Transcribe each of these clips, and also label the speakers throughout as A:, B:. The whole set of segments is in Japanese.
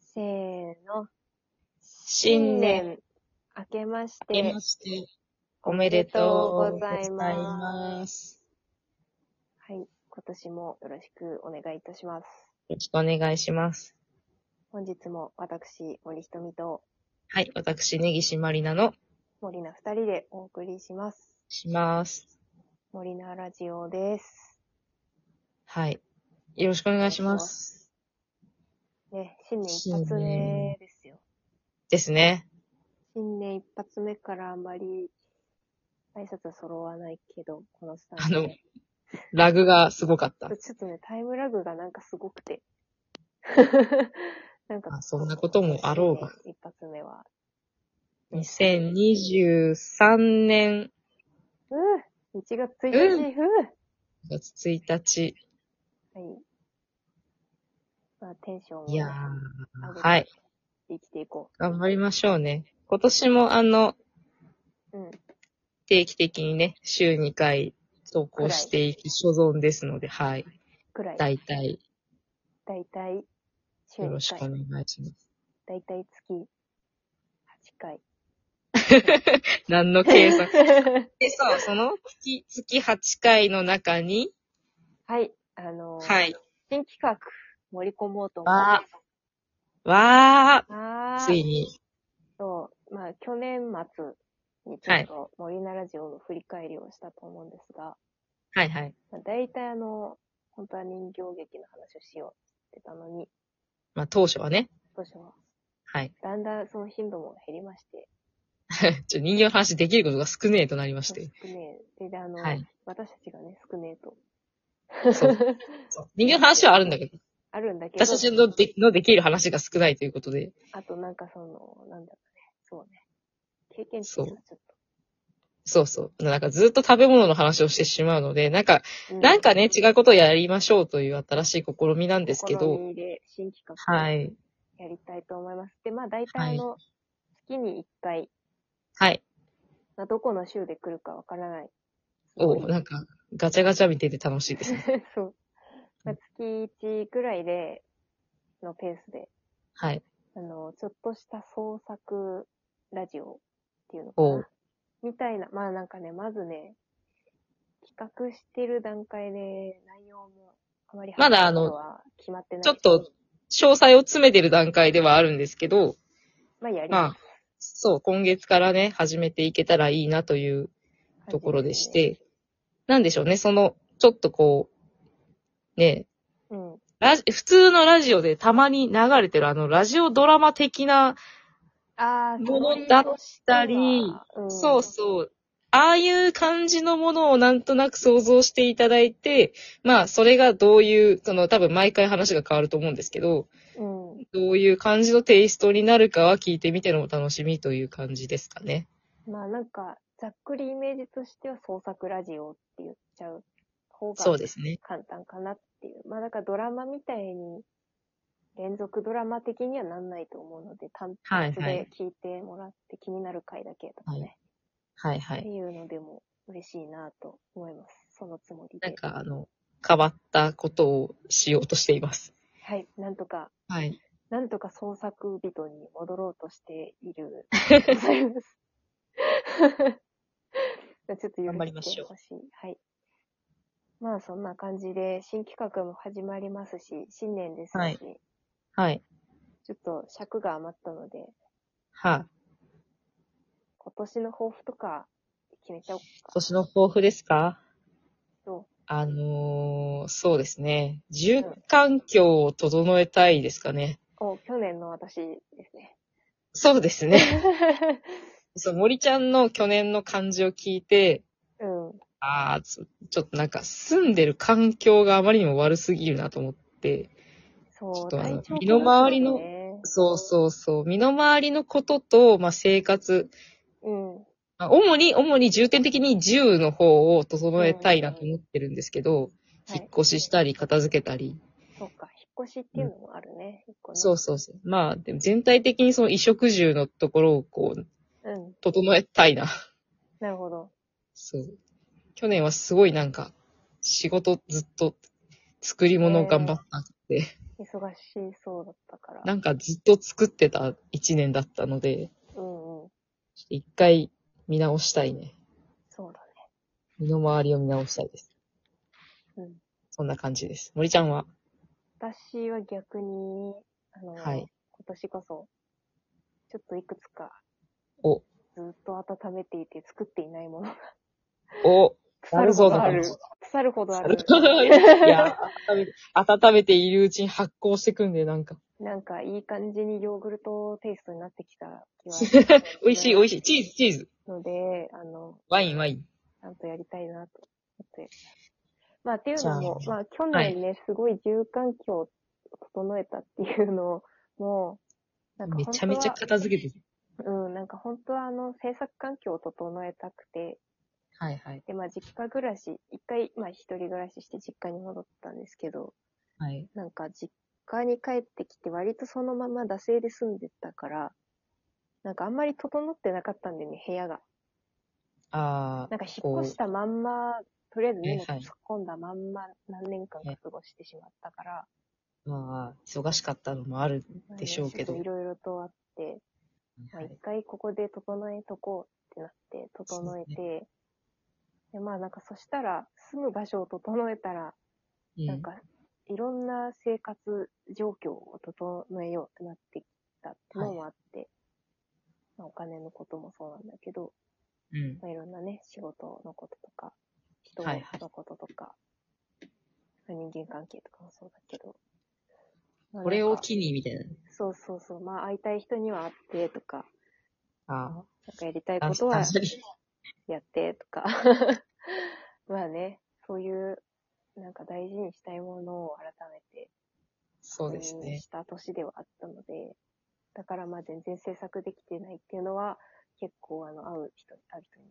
A: せーの。
B: 新年
A: 明けまし
B: 明け
A: て
B: ま。して、おめでとう
A: おめでとうございます
B: ございます。
A: はい。今年もよろしくお願いいたします。
B: よろしくお願いします。
A: 本日も私、森ひとみと
B: はい、私、根岸まりなの、
A: 森菜二人でお送りします。
B: します。
A: 森菜ラジオです。
B: はい。よろしくお願いします。
A: ね、新年一発目ですよ。
B: ですね。
A: 新年一発目からあんまり挨拶揃わないけど、このスタ
B: あ
A: イル
B: の
A: で。、
B: ラグがすごかった。
A: ちょっとね、タイムラグがなんかすごくて。なんか
B: あ、そんなこともあろう が。。
A: 一発目は。
B: 2023年
A: うぅ !1 月1日、ふ
B: 1月1日。
A: ぅはい。まあ、テンションを
B: いや
A: 上げ
B: ー、
A: て
B: はい。
A: 生きていこ
B: 頑張りましょうね。今年もあの、
A: う。うん。
B: 定期的にね、週2回投稿していき所存ですので、はい。
A: くらい。だい
B: 大体、
A: たい、週
B: よろし
A: 1
B: くお
A: 回。
B: 願いします。
A: だいたい月8回。。
B: 何の計算 でさ、その月、月8回の中に、
A: はい。あのー
B: はい。
A: 新企画、盛り込もうと思ってます。
B: わ
A: あ
B: ー、
A: ー
B: ついに、
A: そう、まあ、去年末にちょっと森菜ラジオの振り返りをしたと思うんですが、
B: はいはい。
A: まあ、大体あの、本当は人形劇の話をしようって言ってたのに、
B: まあ当初はね、
A: 当初は、
B: はい。
A: だんだんその頻度も減りまして、
B: ちょ人形の話できることが少ねえとなりまして。
A: 少ねえ。で、あの、
B: はい
A: 私たちがね、少ねえと。
B: そうそう人形の話はあるんだけど、
A: あるんだけど
B: 私、たちのでのできる話が少ないということで、
A: あとなんかその、なんだろうね、そうね、経験値
B: そ
A: が
B: う
A: ちょっ
B: そうそう。なんかずっと食べ物の話をしてしまうので、なんか、
A: と。
B: なんかね、
A: う
B: 違うことをやりましょうという新しい試みなん
A: ん
B: ですけ
A: お
B: ど
A: 好、みで新企画を
B: はい。
A: やりたいと思います。で、まあ大体あの、月に1回、
B: はい。
A: まあ、どこの州で来るかわからない。
B: おうなんか、ガチャガチャ見てて楽しいですね。
A: そう。まあ、月1くらいで、のペースで、
B: はい。
A: あの、ちょっとした創作ラジオっていうのか
B: お
A: な
B: う。
A: みたいな、まあなんかね、まずね、企画してる段階で内容もあまり
B: まだあ
A: 話す
B: の
A: ことは決まってない。
B: ちょっと、詳細を詰めてる段階ではあるんですけど、
A: まあやり
B: まあ、そう、今月からね、始めていけたらいいなというところでし。て、なんでしょうね、その、ちょっとこう、ね、
A: うん。
B: ラジ、普通のラジオでたまに流れてるあの、ラジオドラマ的な、
A: ああ、
B: ものだったり
A: うん、
B: そうそう、ああいう感じのものをなんとなく想像していただいて、まあ、それがどういう、その、多分毎回話が変わると思うんですけど、
A: うん。
B: どういう感じのテイストになるかは聞いてみてのお楽しみという感じですかね。
A: まあなんか、ざっくりイメージとしては創作ラジオって言っちゃう方
B: そう
A: が
B: ですね。
A: 簡単かなっていう。まあだからドラマみたいに、連続ドラマ的にはなんないと思うので、単
B: はい
A: 発
B: はい
A: で聞いてもらって気になる回だけとかね、
B: はいは
A: って
B: い。
A: いうのでも嬉しいなと思います。そのつもり
B: なん
A: で。
B: か、あの、変わったことをしようとしています。
A: はい。なんとか、
B: はい。
A: なんとか創作人に戻ろうとしてい る。ございます。ちょっと
B: 頑張りましょう
A: う。はい。まあそんな感じで、新企画も始まりますし、新年ですし、
B: はいはい。
A: ちょっと尺が余ったので、
B: はい、
A: 今年の抱負とか決めちゃおう
B: 今
A: か。
B: 年の抱負ですか
A: そう
B: あのー、そうですね。住
A: うん
B: 環境を整えたいですかね。
A: お、去年の私です ね。
B: そうです ね。そう、森ちゃんの去年の感じを聞いて、
A: うん。
B: ああ、ちょちょっとなんか住んでる環境があまりにも悪すぎるなと思って、ちょ
A: そ
B: っ
A: う、
B: とあ
A: 体
B: の
A: 調
B: 身の回りの
A: 崩れてね
B: そうそうそう。身の回りのことと、まあ、生活。
A: うん。
B: まあ主に、主に重点的に住の方を整えたいなと思ってるんですけど、
A: は
B: 引っ
A: い。
B: 越ししたり、片付けたり。
A: そうか、引っ越しっていうのもあるね。一個ね
B: そうそうそう。まあ、でも全体的にその衣食住のところをこう、
A: うん。
B: 整えたいな。
A: なるほど。
B: そう。去年はすごいなんか、仕事ずっと作り物を頑張ったって。
A: 忙しそうだったから。
B: なんかずっと作ってた一年だったので、
A: うんうん。
B: ちょっと一回見直したいね。
A: そうだ
B: 身の回りを見直したいです。
A: ね。うん。
B: そんな感じです。森ちゃんは
A: 私は逆に、あの、
B: はい
A: 今年こそ、ちょっといくつか
B: お、
A: ずっと温めていて作っていないものが
B: お、
A: 腐るほどあ
B: なる
A: る
B: ほど。
A: 腐るほどあ
B: な
A: る
B: る。ほど。いや、温めて、温めているうちに発酵してくんで、なんか。
A: なんかいい感じにヨーグルトテイストになってきた気は
B: 美味しい、美
A: し
B: 味しい。チーズ、チーズ。
A: い。ので、あの、
B: ワイン、ワイン。
A: ちゃんとやりたいなと思って。まあっていうのも、
B: じゃあ
A: まあ去年ね、すごい住環境を整えたっていうのも、なんか
B: め
A: 本
B: ち
A: 当
B: ゃ
A: は
B: めちゃ片付けてる。
A: うん、なんか本当はあの制作環境を整えたくて、
B: はいはい。
A: でまあ実家暮らし、一回まあ一人暮らしして実家に戻ったんですけど、
B: はい。
A: なんか実家に帰ってきて割とそのまま惰性で住んでたから、なんかあんまり整ってなかったんでね、部屋が。
B: あ
A: なんか引
B: こ
A: っ
B: う
A: 越したまんま、とりあえず荷物
B: はいはい
A: 突っ込んだまんま何年間か
B: ね
A: 過ごしてしまったから、
B: ー、まあ、忙しかったのもある
A: まあね
B: でしょうけど。
A: ちっといろいろとあって、ま
B: は
A: あ、
B: い
A: 一回ここで整えとこうってなって、整えて、で、まあなんかそしたら、住む場所を整えたら、
B: うん
A: なんか、いろんな生活状況を整えようってなってきたっていうのもあって、まあお金のこともそうなんだけど、
B: うん。
A: まあ、いろんなね、仕事のこととか、人
B: はいはい
A: のこととか、まあ人間関係とかもそうだけど、まあ
B: これ
A: な
B: を
A: んか
B: 機に、みたいな。
A: そうそうそう、まあ会いたい人には会ってとか、
B: あ
A: なんかやりたい
B: あ。
A: ことは
B: 断捨離
A: やってとか。 まあね、そういう、なんか大事にしたいものを改めて
B: そうです
A: 確認
B: ね。
A: した年ではあったので、だからまあ全然制作できてないっていうのは、結構あの、会う人、会う人に、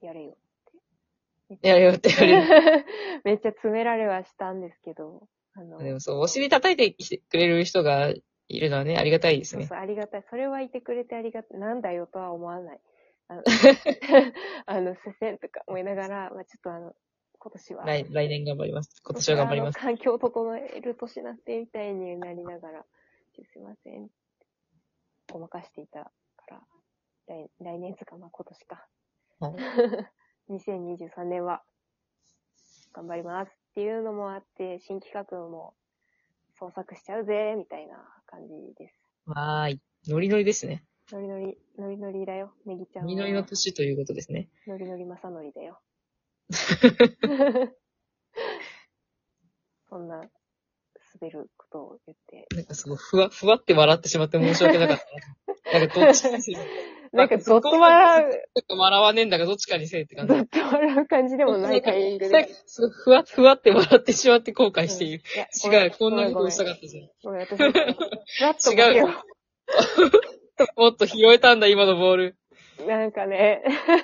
A: やれよって。
B: やれよって言われる。
A: めっちゃ詰められはしたんですけど、あの、
B: でもそう、お尻叩いてきてくれる人がいるのはね、ありがたいです
A: そう
B: ね。
A: そう、ありがたい。それはいてくれてありがたい。なんだよとは思わない。あ の、あの、せせんとか思いながら、まあちょっとあの、今年は。
B: 来来年頑張ります。今年は頑張ります。
A: あの環境を整える年なんてみたいになりながら、ちょすいません。ごまかしていたから、来来年つか、まあ今年か。
B: はい
A: 2023年は、頑張りますっていうのもあって、新企画も創作しちゃうぜ、みたいな感じで
B: わーい。ノリノリですね。
A: す。ノリノリ、ノリノリだよ。めぎちゃん
B: ノ
A: は。
B: リノリの年ということですね。
A: ノリノリまさのりだ よ。そんな、滑ることを言って。
B: なんかすごい、ふわ、ふわって笑ってしまって申し訳なかった。なんかどっちかにせえ。
A: なんか、どっと笑
B: なんか笑わねえんだがどっちかにせえって
A: う、
B: 感じ
A: ど。っと笑う感じでもないタイミング
B: なん
A: で
B: か。すごいふわ、ふわって笑ってしまって後悔している。
A: うんいや
B: 違う、こんなことしたかったじゃん。
A: ごめん、ごめんごめん私、ふわっと違う。
B: もっと拾えたんだ、今のボール。
A: なんかね、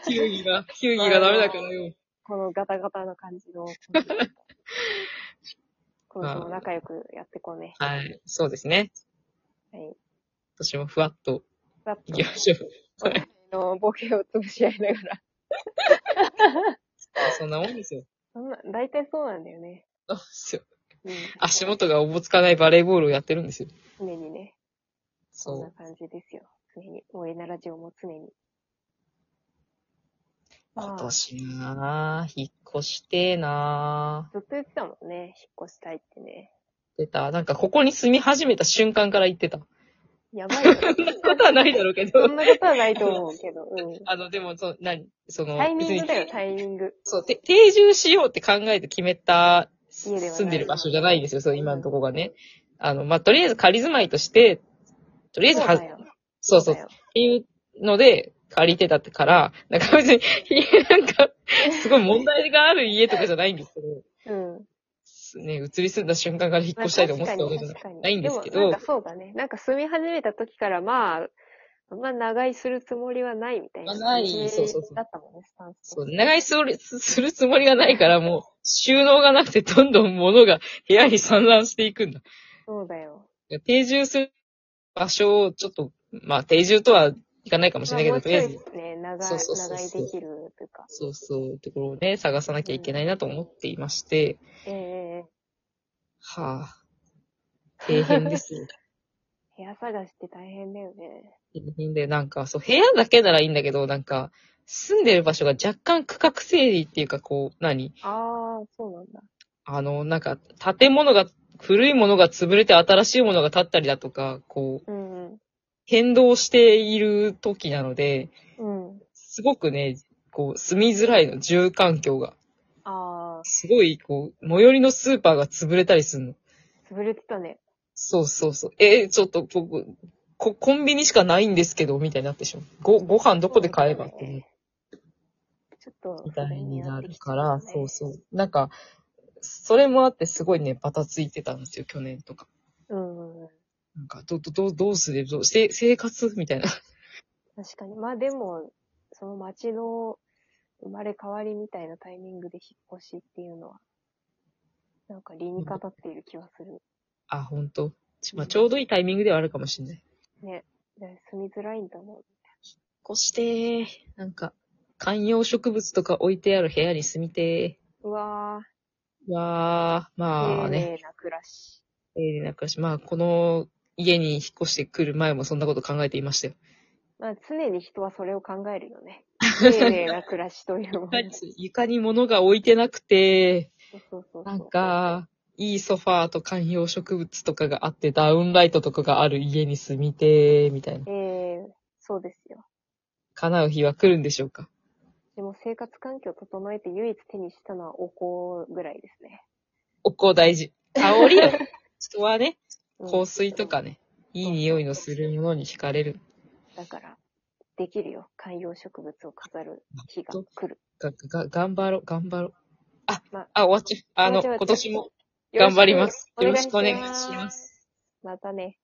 B: 球技が、球技がダメだからよ。
A: このガタガタの感じの。このも仲良くやってこうね。
B: はい。そうですね。
A: はい。
B: 私もふわっと
A: ふわっ
B: 行
A: と
B: き、ましょう。
A: お互いのボケを潰し合いながら。
B: そんなもんですよ。
A: そんな、大体そうなんだよね。
B: そうですよ。
A: うん。
B: 足元がおぼつかないバレーボールをやってるんですよ。
A: 常にね。そんな
B: そう。
A: 感じですよ。常に。萌えなラジオも常に。ま
B: 今
A: あ、ず
B: 年なぁ、引っ越してぇなぁ。
A: っと言ってたもんね。引っ越したいってね。
B: 出た。なんかここに住み始めた瞬間から言ってた。
A: やばいよ ね。
B: ことはないだろうけ
A: そ
B: ど
A: ん。なことはないと思うけど。うん。
B: あの、でも、そう、何その、
A: タイミングだよ、
B: 別に
A: タイミング。
B: そう、て定住しようって考えて決めた、
A: 家ではない
B: 住んでる場所じゃないですよ、そう、今のとこがね。あの、まあ、とりあえず仮住まいとして、とりあえず
A: そう
B: は
A: だ、よ
B: そうそう、っていうので、借りてたってから、なんか別に、 なんか、すごい問題がある家とかじゃないんですけど、
A: そうだよ。うん。
B: ね、移り住んだ瞬間から引っ越したいと思ってたわけじゃ
A: まあ確かに
B: ないんですけ
A: でも
B: ど
A: なん、かそうだね。なんか住み始めた時から、まあ、あんま長居するつもりはないみたいな
B: まあな
A: 感
B: い
A: じ
B: そうそうそう
A: だったもんね、スタンス
B: そ
A: と
B: う、
A: して。
B: 長居するするつもりがないから、もう、収納がなくて、どんどん物が部屋に散乱していくんだ。
A: そうだよ。
B: 定住する場所を、ちょっと、まあ、定住とはいかないかもしれないけど、とりあえず、
A: まもうちょいね、長
B: そう
A: い、
B: そうそう
A: 長
B: そう
A: いできるというか。
B: そうそう、ところをね、探さなきゃいけないなと思っていまして、
A: ええ
B: はぁ、底辺ですよ。
A: 部屋探しって大変だよね。
B: 底辺で、なんか、そう、部屋だけならいいんだけど、なんか、住んでる場所が若干区画整理っていうか、こう、何
A: ああ、そうなんだ。
B: あの、なんか、建物が、古いものが潰れて新しいものが建ったりだとか、こう、
A: うんうん。
B: 変動している時なので、
A: うん。
B: すごくね、こう、住みづらいの、住環境が。
A: ああ、
B: すごい、こう、最寄りのスーパーが潰れたりするの。
A: 潰れてたね。
B: そうそうそう。えー、ちょっと、僕、こ、コンビニしかないんですけど、みたいになってしまう。ご、ご飯どこで買えばっていう。
A: ちょっと、
B: みたいになるから、そう
A: う。
B: そう。なんか、それもあってすごいね、バタついてたんですよ、去年とか。
A: うんうん。
B: なんか、ど、ど、どうどうすれば、どうして、生活みたいな。
A: 確かに。まあでも、その街の生まれ変わりみたいなタイミングで引っ越しっていうのは、なんか理にかなっている気はする。
B: あ、ほんと。ちまあ、ちょうどいいタイミングではあるかもしれない。
A: ね。で住みづらいんだもん。
B: こしてー、なんか、観葉植物とか置いてある部屋に住みて
A: うわぁ、
B: ー。わー、まあ
A: 丁
B: ね、
A: 寧な暮らし。
B: ええなんかし、まあ、この家に引っ越してくる前もそんなこと考えていましたよ。
A: まあ常に人はそれを考えるよ ね。丁寧な暮らしというもの。
B: 床に物が置いてなくて、
A: そうそうそうそう。
B: なん、か、いいソファーと観葉植物とかがあって、ダウンライトとかがある家に住みてー、みたいな。
A: ええそうですよ。
B: 叶う日は来るんでしょうか。
A: でも生活環境を整えて唯一手にしたのはお香ぐらいですね。
B: お香大事。香 りよ人はね、
A: うん
B: 香水とかね、いい匂いのするものに惹かれる。
A: だから、できるよ。観葉植物を飾る日が来る。
B: が、が、頑張ろう、頑張ろう。あ、
A: ま
B: あ、終わっちゃう。あの、
A: 終わっちゃう
B: 今年も頑張ります。よろしくお願い
A: お願い
B: し
A: し
B: ま。
A: ますまたね。